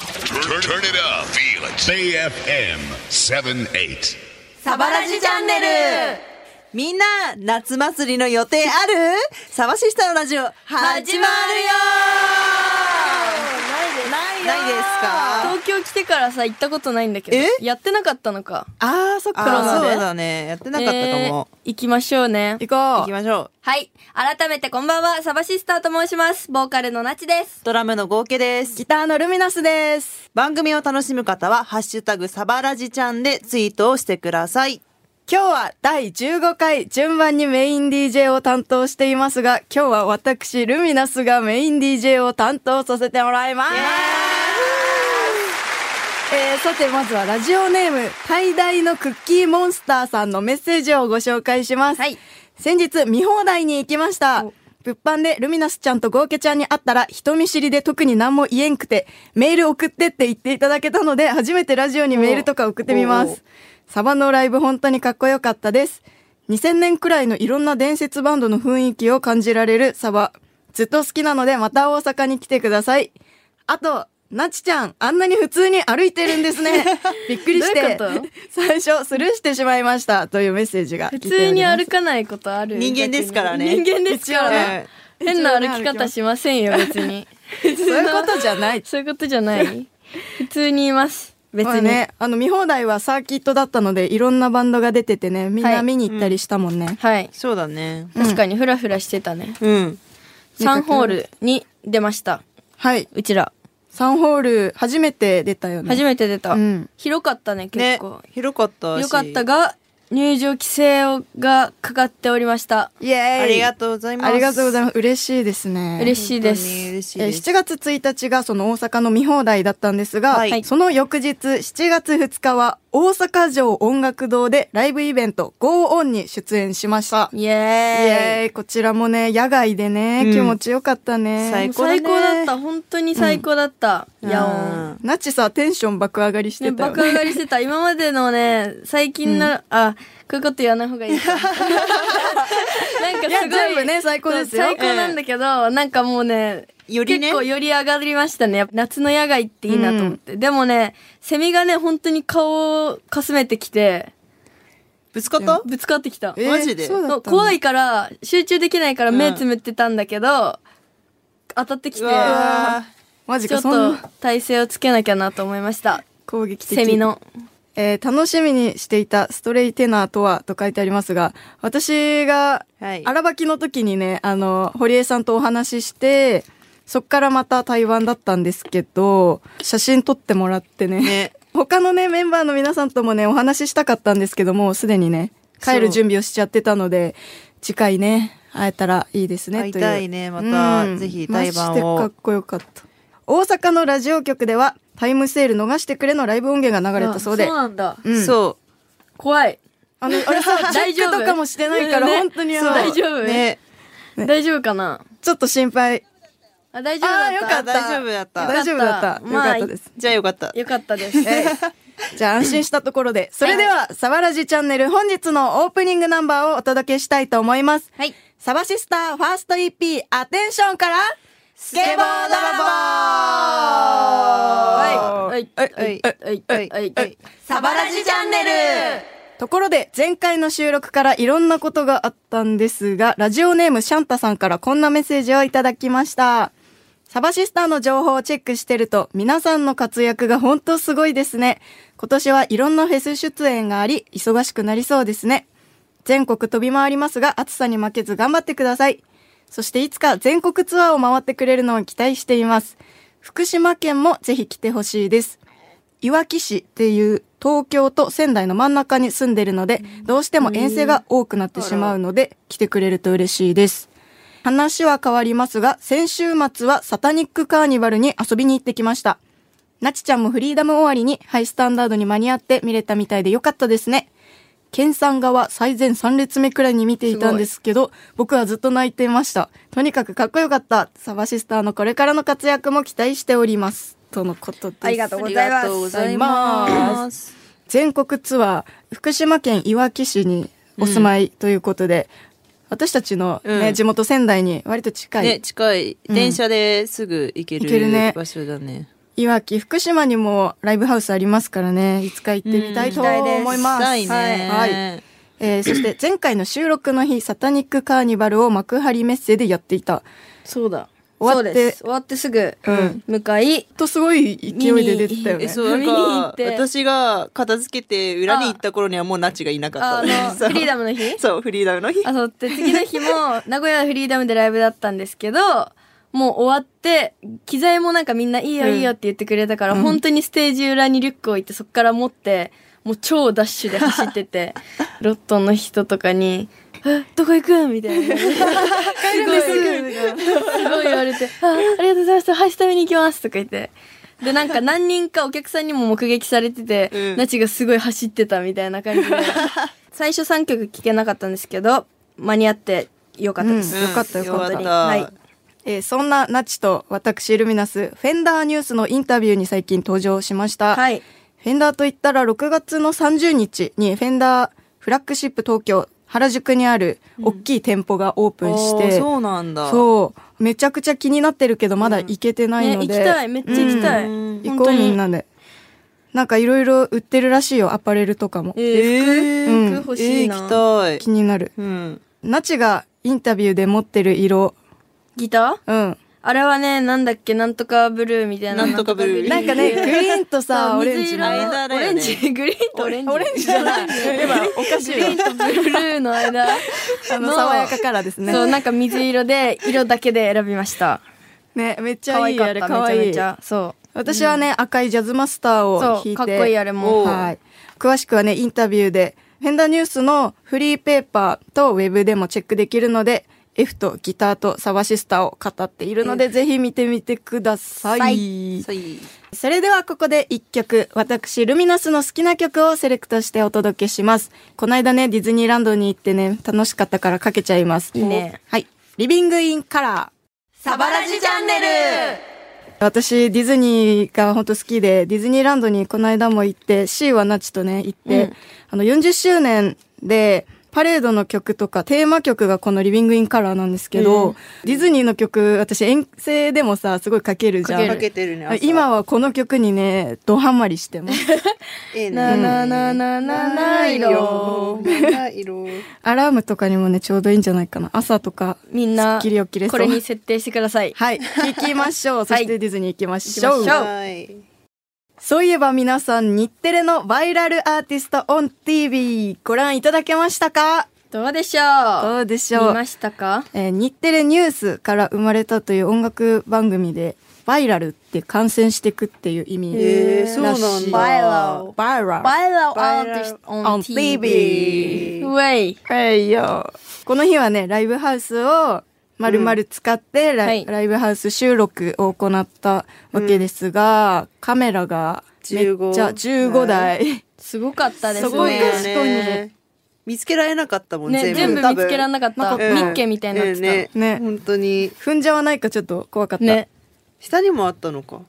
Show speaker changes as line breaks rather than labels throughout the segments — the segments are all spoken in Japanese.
Turn, turn it up. Feel it. BFM 78.
サバラジチャンネルみんな、夏祭りの予定あるサバシスタのラジオ、始まるよ
ない
ないですか
東京来てからさ行ったことないんだけど
え
やってなかったのか
あー、そっ
コロナで
そうだね。やってなかったかも。
えー行きましょうね
行こう。行きましょう。
はい改めてこんばんはサバシスターと申しますボーカルのなちです
ドラムの合計です。ギターのルミナスです。番組を楽しむ方は、ハッシュタグサバラジちゃんでツイートをしてください。
今日は第15回順番にメイン DJ を担当していますが今日は私ルミナスがメイン DJ を担当させてもらいます、えーさてまずはラジオネーム最大のクッキーモンスターさんのメッセージをご紹介します、
はい
先日見放題に行きました物販でルミナスちゃんとゴーケちゃんに会ったら人見知りで特に何も言えんくてメール送ってって言っていただけたので初めてラジオにメールとか送ってみま
おう
すサバのライブ本当にかっこよかったです2000年くらいのいろんな伝説バンドの雰囲気を感じられるサバずっと好きなのでまた大阪に来てくださいあとなちちゃんあんなに普通に歩いてるんで すねびっくりして
どういうこと
最初スルーしてしまいましたというメッセージが
普通に
歩
歩かないことある
人間ですからね
逆に人間ですから、
一応ね
変な歩き方しませんよ別に
そういうことじゃない。
そういうことじゃない普通にいます別
まあ
に、
ね、あの見放題はサーキットだったのでいろんなバンドが出ててねみん
は
ない見に行ったりしたもんね、
はい
そうだね。
確かにフラフラしてたね、
うん。
サンホールに出ました
はい
うちら
サンホール初めて出たよね
初めて出た、
うん
広かったね結
ね
構、、
広かったし。
よかったが入場規制をがかかっておりました
イエーイ
ありがとうございます。
ありがとうござい
ま
ます嬉しいですね
嬉しいで
本当に
す
嬉しい
えー
です。
7月1日がその大阪の見放題だったんですが、
はい
その翌日7月2日は大阪城音楽堂でライブイベント GO ON に出演しました
イエーイ
イエーイこちらもね野外でね、
うん
気持ちよかったね
最
もう
高だね
最高だった本当に最高だった、いや
うん
ナチさテンション爆上がりし
おね
てたよ
爆上
ね。
がりして た今までのね最近の、あこういうこと言わない方がいい かなんかすごい
いや全部ね最高ですよ
そう最高なんだけど、なんかもうね
よりね
結構より上がりましたねやっぱ夏の野外っていいなと思って、でもねセミがね本当に顔をかすめてきて
ぶつかった
ぶつかってきた
えー
マジで
そうだったんだ
怖いから集中できないから目つむってたんだけど、当たってきて
うわ
マジ
ちょ
か
っ
そん
と
な
体勢をつけなきゃなと思いました
攻撃的
セミ、の
えー楽しみにしていたストレイテナーとはと書いてありますが私が
はい
荒ばきの時にねあの堀江さんとお話ししてそっからまた台湾だったんですけど写真撮ってもらってね
ーね。
他のねメンバーの皆さんともねお話ししたかったんですけどもうすでにね帰る準備をしちゃってたので次回ね会えたらいいですね
会い
とう
たいねまた
うん
ぜひ対バンを
マジでかっこよかった大阪のラジオ局ではタイムセール逃してくれのライブ音源が流れたそうで
そうなんだ
うん
そ
怖 い
あの俺さチェ
大丈
ッ
夫
クとかもしてないから
ね
本当にあ
そう
の
大丈夫、
う。ね。
大丈夫かな
ちょっと心配
あ大丈夫だった
あーよか
あ
った
大丈夫だった。
大丈夫だったよ
ま
か
あ
ったです
じゃあよかった。
よかったです
じゃあ安心したところでそれでは「サワラジチャンネル」本日のオープニングナンバーをお届けしたいと思います
はい
サバシスターファースト EP アテンションからス
ケボー泥
はいはいはいはい
はい
はいはい
サバラジチャンネル
ところで前回の収録からいろんなことがあったんですがラジオネームシャンタさんからこんなメッセージをいただきましたサバシスターの情報をチェックしてると皆さんの活躍が本当すごいですね今年はいろんなフェス出演があり忙しくなりそうですね全国飛び回りますが暑さに負けず頑張ってくださいそしていつか全国ツアーを回ってくれるのを期待しています福島県もぜひ来てほしいですいわき市っていう東京と仙台の真ん中に住んでるのでどうしても遠征が多くなってしまうので来てくれると嬉しいです話は変わりますが先週末はサタニックカーニバルに遊びに行ってきましたなちちゃんもフリーダム終わりにハイスタンダードに間に合って見れたみたいでよかったですね健さん側最前3列目くらいに見ていたんですけど僕はずっと泣いていましたとにかくかっこよかったサバシスターのこれからの活躍も期待しておりますとのことです
ありがとうございま
あ
す
りがとうございます。
全国ツアー福島県いわき市にお住まいということで、私たちの、ね
うん
地元仙台に割と近い、
ね、近い。電車ですぐ行け
行けるね
る場所だね。
いわき、福島にもライブハウスありますからね、いつか行ってみたいと思います。
したいね。
はい。えーそして前回の収録の日、サタニックカーニバルを幕張メッセでやっていた。
そうだ。
終わっ
そ
て
うです終わってすぐ、
うん
向かい、
とすごい勢いで出てたよ
え
ね。
そう
見に行
な
っ
んか
て
私が片付けて裏に行った頃にはもうナチがいなか
あ
った
の、
そう
フリーダムの日
そうフリーダムの日
あ、そうって、次の日 も、名古屋フリーダムでライブだったんですけど、もう終わって、機材もなんかみんないいよ
うん
いいよって言ってくれたから、本当にステージ裏にリュックを置いて、そこから持って、もう超ダッシュで走って て、ロットンの人とかに、えどこ行くみたいな。帰るん ですぐすごい言わ れて、あありがとうございました。はい、下見に行きますとか言って。で、なんか何人かお客さんにも目撃されてて、
うん
ナチがすごい走ってたみたいな感じ で。最初3曲聴けなかったんですけど、間に合ってよかったです。
うんよかったよかった
よ
はい
えーそんなナチと私ルミナス、フェンダーニュースのインタビューに最近登場しました。
はい。
フェンダーといったら6月の30日にフェンダーフラッグシップ東京原宿にある大きい店舗がオープンして、
あーそうなんだ
そうめちゃくちゃ気になってるけどまだ行けてない
ね、
ので、
行きたい。めっちゃ行きたい。
うん
行
本
こ
当
う
に
みんなでなんかいろいろ売ってるらしいよアパレルとかも
えー服
えー
うん
服欲
え
しい
ー
な、
行きたい
気になる
うん
ナチがインタビューで持ってる色
ギター
うん
あれはね、なんだっけ、なんとかブルーみたい
な
な。
んとかブルー
なんか ねグリーンとさ
そう
オレン
水
ジ
色
の
の間だ
オ
よね
レンジ、グリーンとオレンジ。
オレンジじゃない今おかし
グ
い
リ
よ
ーンとブルーの間。
あの爽やかカラーですね
そう、なんか水色 で、色だけで選びました。
ねめっち
可
ゃい
愛
い
か
あ
っ
れ
た、
可
めちゃ
愛い
めちゃ。そ
私はね、赤いジャズマスターを弾い
そ
て
うかっこいいあれも
おうはい詳しくはねインタビューでフェンダーニュースのフリーペーパーとウェブでもチェックできるので F とギターとサバシスターを語っているので、ぜひ見てみてください、
は
それではここで一曲私ルミナスの好きな曲をセレクトしてお届けしますこの間ねディズニーランドに行ってね楽しかったからかけちゃいます
いいね
はいリビングインカラー
う。サバラジチャンネル
私ディズニーが本当好きでディズニーランドにこの間も行って C はナチとね行って、
うん
あの40周年でパレードの曲とかテーマ曲がこの「リビング・イン・カラー」なんですけど、ディズニーの曲私遠征でもさすごいかけるじゃ
か
ん
け
かけてるね朝
今はこの曲にねドハマりしてます
ええ
な
ね
ななななな色。
七 色
アラームとかにもねちょうどいいんじゃないかな朝とか
みんな、
すっきり起きれそう
これに設定してください。
はい聴きましょうそしてディズニー行きましょう、
行きましょう
はい
そういえば皆さん、日テレのバイラルアーティストオン TV ご覧いただけましたか
どうでしょう
どうでしょ
見
う
ま、したか
えー日テレニュースから生まれたという音楽番組で、バイラルって感染していくっていう意味らしい。
えーそうなんだ
バイラル
バイラル。
バイラルア
バイ
ー
ラ
テ
ル
ィストオン
on
TV。
TV
ウェイ。
はいよ。この日はね、ライブハウスを丸々使ってラ,、
はい
ライブハウス収録を行ったわけですが、カメラがめっちゃ
15
15台。
すごかったですね。
すごいです
そうね見つけられなかったもん
ね、全部見つけられなかった。
なん
ミ
か
ッケみたいになっ
え
て。
えね
ね
本当に
踏んじゃわないかちょっと怖かったた。
ね。
下にもあったのか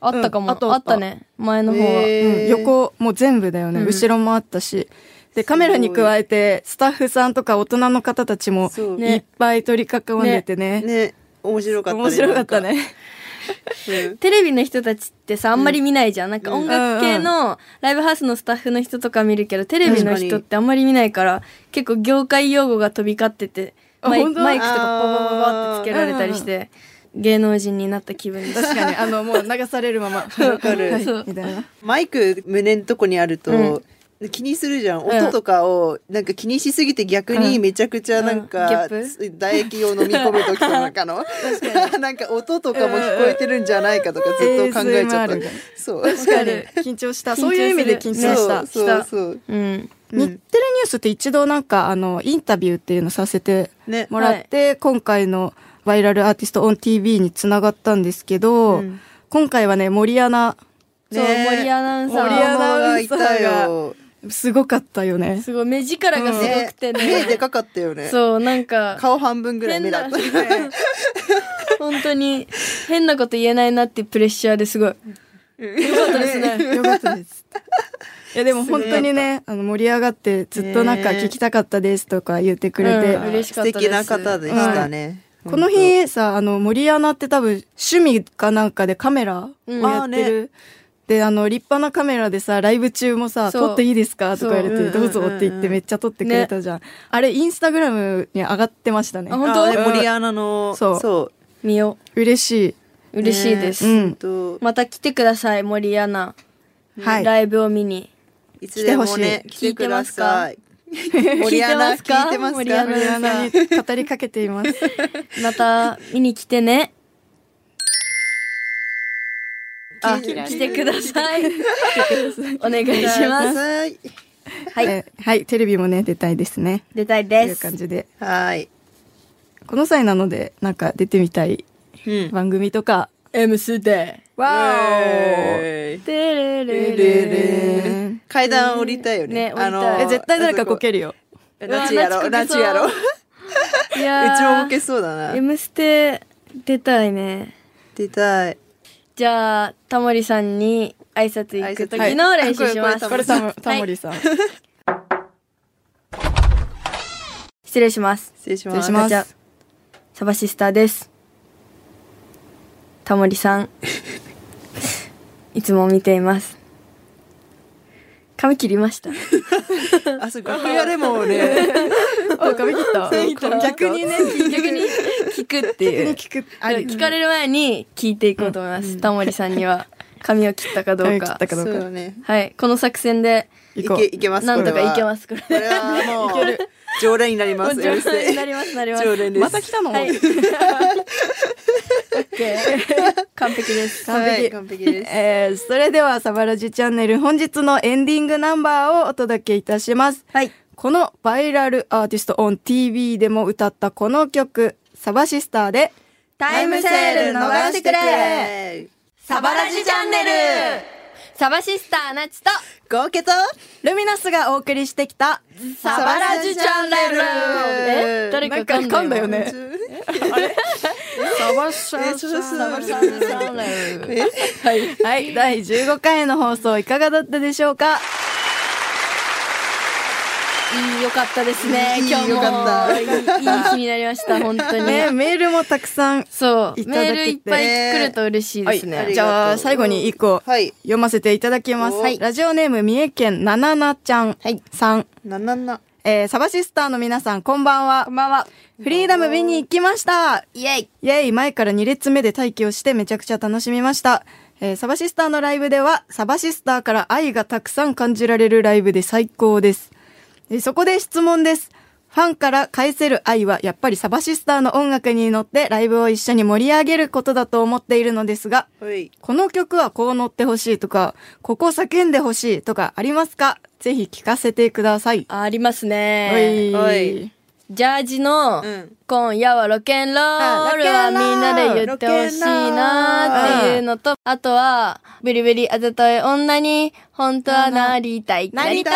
あったか
うん
も。
あった
あったね。前の方は。
うん、横もう全部だよね、
うん
後ろもあったしでカメラに加えてスタッフさんとか大人の方たちも
そう
いっぱい取り囲んでてね
ね面白かったね
面白かったね
なんか
テレビの人たちってさ、あんまり見ないじゃん。なんか音楽系のライブハウスのスタッフの人とか見るけど、テレビの人ってあんまり見ないから、結構業界用語が飛び交ってて、
あ
マイ
本当
マイクとかバババババってつけられたりして、芸能人になった気分で
確
す。
かにあのもう流されるままわ
かる
はい
そう
みたいな
マイク胸のとこにあると、気にするじゃん
ん
音とかをなんか気にしすぎて逆にめちゃくちゃなん
うんギャ
か、
ップ
唾液を飲み込む時とかの なんか音とかも聞こえてるんじゃないかとかずっと考えちゃった、
ASMR が
そう
確かに緊張し
緊張
た
する
そういう意味で緊張した、
そうそうそう
うん。
日テレニュースって一度なんかあのインタビューっていうのさせて
ね
もらって、今回のバイラルアーティストオン TV につながったんですけど、
うん
今回はね森アナ
そう、
ね
森アナウンサー。
森アナウンサーが
いたよ
すごかったよね
すごい、目力がすごくてね。
目でかかったよね
そう、なんか、
顔半分ぐらい目だった
変な 本当に、変なこと言えないなってプレッシャーですごい。よかったですね。
よかったです。 いやでも本当にね、あの盛り上がってずっとなんか聞きたかったですとか言ってくれて、
うん嬉しかった
素
です。
敵な方でしたね、
この日さあの森アナって多分趣味かなんかでカメラを
うん
やってる、であの立派なカメラでさライブ中もさ「
そう
撮っていいですか?」とか言われ
そう
て「どうぞ」って言ってめっちゃ撮ってくれたじゃん、あれインスタグラムに上がってましたね
あ
本
本
当
当
ね、森アナの、
そう
そ
見よ
嬉し
う嬉しいです、
ね
うん
本当
また来てください森アナ、
いはい
ライブを見に
いつでもね、来
ほ
来て
し
て
い
ください。
聞い
森ア
て
ナ
ま
聞
すか
いてます
森
か
ア
森アナに語りかけています
また見に来てねあ来てくださいお願いします
はい。
はい
えはいテレビもね出たいですね
出たい
と
で
いう
す
感じで
はい。
この際なのでなんか出てみたい
うん。
番組とか
MC で
わ
てれれ
れ
れ
れ
れ
階段降りたいよね。
ね降りたい
え絶対誰かこけるよ
る。夏やろ、
うわ夏
夏
こけそう
やろ。う
いや
ちもこ
ー
けそうだな。
M ステ出たいね
出たい。
じゃあタモリさんに挨拶行く時の練習します、
はい
これタモタモ
はい
リさん、
失礼します
失礼し
失
ま
礼
す。
しま
じゃあ
す
サバシスターですタモリ さんいつも見ています髪切りました
あ、そう、楽屋でもね、
お髪切 った
逆にね、
逆に聞くっていう
聞くあり
聞かれる前に聞いていこうと思います、タモリさんには髪を切ったかどう
髪切
か
ったか
そ
どう
う
か
よね。
はいこの作戦で
い
行こう
け、いけます。。
なんとかいけますすこれ
これはもう、常連になります。
常連にな
常
りますなります
連です。
また来たの、
はいオッケ ー完璧です
完璧
はい完璧です。
えーそれではサバラジチャンネル本日のエンディングナンバーをお届けいたします
はい
このバイラルアーティストオン TV でも歌ったこの曲サバシスターで
タイムセール逃してくれサバラジチャンネルサバシスターナチと
合計と
ルミナスがお送りしてきた
サバラジチャンネルえ誰か噛んだ
なんか噛んだよねサバシ
えちょっとサバシ
サバラジチャンネルはい
はい、第15回の放送いかがだったでしょうか
いい良かったですね。
いい
今日も
良かった
いいいい日になりま した。本当に。
ね、メールもたくさん。
そう
いただ
メ
けて
ールいっぱい来ると嬉しいですね。
はい
じゃあ、最後に一個、
はい
読ませていただきます。
はい
ラジオネーム、三重県なななちゃんさん。
なんなんな
えーサバシスターの皆さん、こんばんは。こんばんは。フリーダム見に行きました。
イエイ。
イェイ前から2列目で待機をしてめちゃくちゃ楽しみました。えーサバシスターのライブでは、サバシスターから愛がたくさん感じられるライブで最高です。えーそこで質問です。ファンから返せる愛はやっぱりサバシスターの音楽に乗ってライブを一緒に盛り上げることだと思っているのですが、
はい
この曲はこう乗ってほしいとか、ここ叫んでほしいとかありますかぜひ聞かせてください。
あります
お
ね。
い
おい
ジャージの、
うん
今夜はロケンロール
あ
は
ロケンロール
みんなで言ってほしいなっていうのと、あとは、ブリブリあざとい女に、本当はなりたい。
なり
た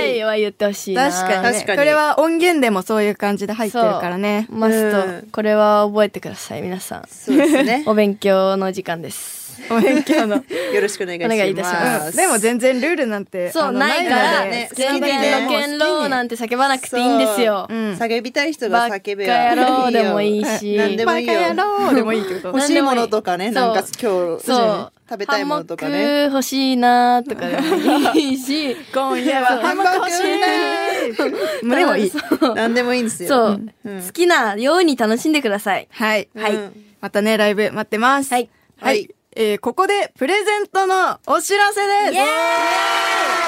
い
は言ってほしいな。
確かに,、ね、
確かに
これは音源でもそういう感じで入ってるからね
マス
う
ト
ん。
これは覚えてください、皆さん。
そうですね
お勉強の時間です。
お勉強の、
よろしくお願いします
お願いいたしま
でも全然ルールなんて
そ
あ
う、
の
ないから、
ので
ね好き
全
にね
然ロケンローなんて叫ばなくていいんですよ
そう。
ん
叫びたい人
バ
が
ッ
叫べ
カ
ば
野郎でもいい
よ
し。
何でも
バ
いいよ
カ野郎でもいいってこ
欲
と
しいものとかね
何でも
ないん
い
か今日
そう。
食べたいものとかね
ハンモック欲しいなーとかでもいい し。
今夜はハンバーグ欲しいな胸もいい
そう。
何でもいいんですよ
そう
うん
好きなように楽しんでください。
はい、
はい
またねライブ待ってます
はい
はい、
はい
えーここでプレゼントのお知らせです
イエーイ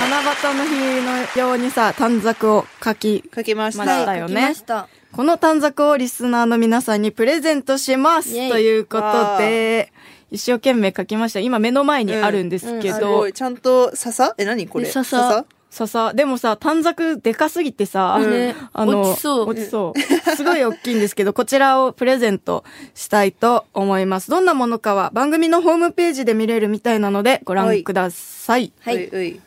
七夕の日のようにさ短冊を書き
書きまし
ましたた
は
よ
来
ね
ました。
この短冊をリスナーの皆さんにプレゼントします
イエイ
ということで、一生懸命書きました。今目の前にあるんですけ
いす
ど、
ごいちゃんと笹え何これ
え笹
笹、でもさ、短冊でかすぎてさ、
ね
あの、
落ちそう
そうすごい大きいんですけど、こちらをプレゼントしたいと思います。どんなものかは番組のホームページで見れるみたいなので、ご覧ください。
は
はいい。うい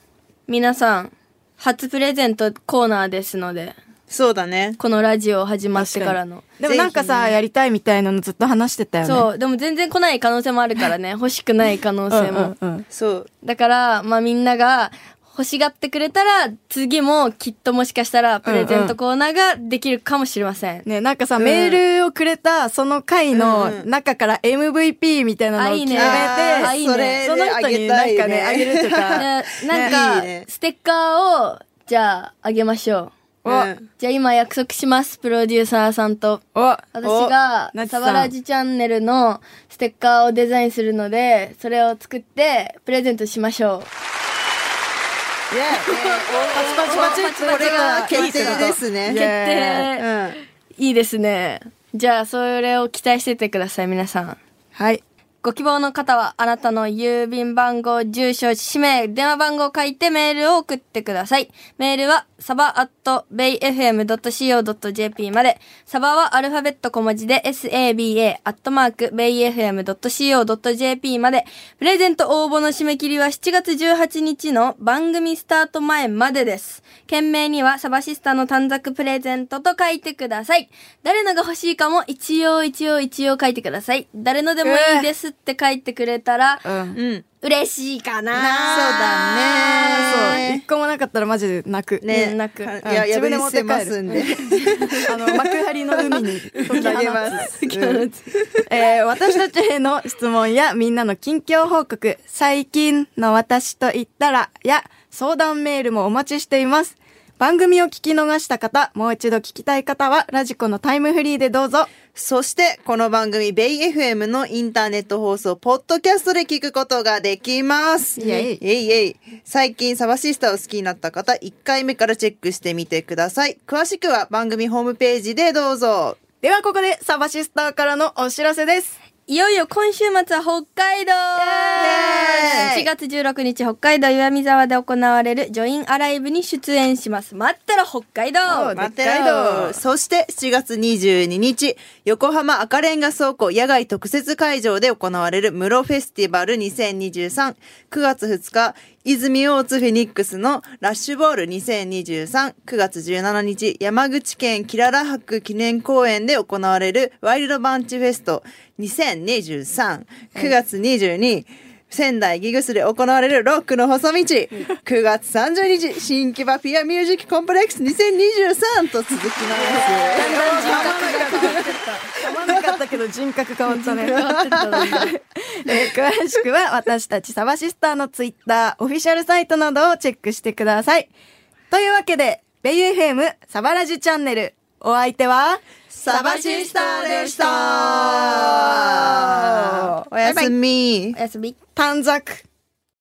皆さん、初プレゼントコーナーですので、
そうだね
このラジオ始まってからの。
でもなんか
ぜひ
さ、
ね
やりたいみたいなのずっと話してたよね。
そう、でも全然来ない可能性もあるからね、欲しくない可能
うん
性
う
も
ん。うん。
そう
だから、まあみんなが欲しがってくれたら、次もきっともしかしたらプレゼントコーナーができるかもしれません。
ね、なんかさ、
うん
メールをくれたその回
う
の
んうん
中から MVP みたいなのを
あい
決
い
め
ね
て、
あ
あ
ーいい
ー
ね
それ
その人になんかね、あげると
で
か。
なん
ね
か、
いいね
ステッカーを、じゃあ、あげましょう。
うんうん
じゃあ今約束します、プロデューサーさんと。
お
私が
な、ち
サ
さん
バラジチャンネルのステッカーをデザインするので、それを作って、プレゼントしましょう。
イエーイ
パチパチパチ
これは決定ですね
イ
決
エー
定、いいですね。じゃあ、それを期待しててください、皆さん。
はい。
ご希望の方は、あなたの郵便番号、住所、氏名、電話番号を書いてメールを送ってください。メールは、サバアットベイ FM.co.jp まで、サバはアルファベット小文字で、saba アットマークベイ FM.co.jp まで、プレゼント応募の締め切りは7月18日の番組スタート前までです。件名には、サバシスタの短冊プレゼントと書いてください。誰のが欲しいかも、一応一応一応書いてください。誰のでもいいです。ですって書いてくれたら、
うん。
うん
嬉しいかな。
そうだ
そう。
ね
一個もなかったらマジで泣く。
ね
連絡
いや
うん自分で持
破
っ
ってて
帰る
ますんで
あの、幕張の 海に飛
投
び上げ
げ
ます。
ます
えー私たちへの質問やみんなの近況報告、最近の私と言ったら、や相談メールもお待ちしています。番組を聞き逃した方、もう一度聞きたい方は、ラジコのタイムフリーでどうぞ。
そして、この番組、ベイ FM のインターネット放送、ポッドキャストで聞くことができます。
イエイ
イエイイエイ最近、サバシスタを好きになった方、1回目からチェックしてみてください。詳しくは番組ホームページでどうぞ。
ではここで、サバシスターからのお知らせです。
いよいよ今週末は北海道
イエーイ
!7 月16日、北海道岩見沢で行われるジョインアライブに出演します。待ったら北海道
待っ
う待
て
てろ
ろそして7月22日、横浜赤レンガ倉庫野外特設会場で行われる室フェスティバル20239月2日、泉大津フェニックスのラッシュボール20239月17日、山口県キララ博記念公園で行われるワイルドバンチフェスト20239月22日、仙台ギグスで行われるロックの細道9月30日新木場ピアミュージックコンプレックス2023と続きます
噛まなかったけど人格変わ ったね。えー詳しくは私たちサバシスターのツイッター、オフィシャルサイトなどをチェックしてください。というわけで、ベイ FM サバラジチャンネル、お相手は、
サバシスターでしたおやすみ
おやすみ。
短冊。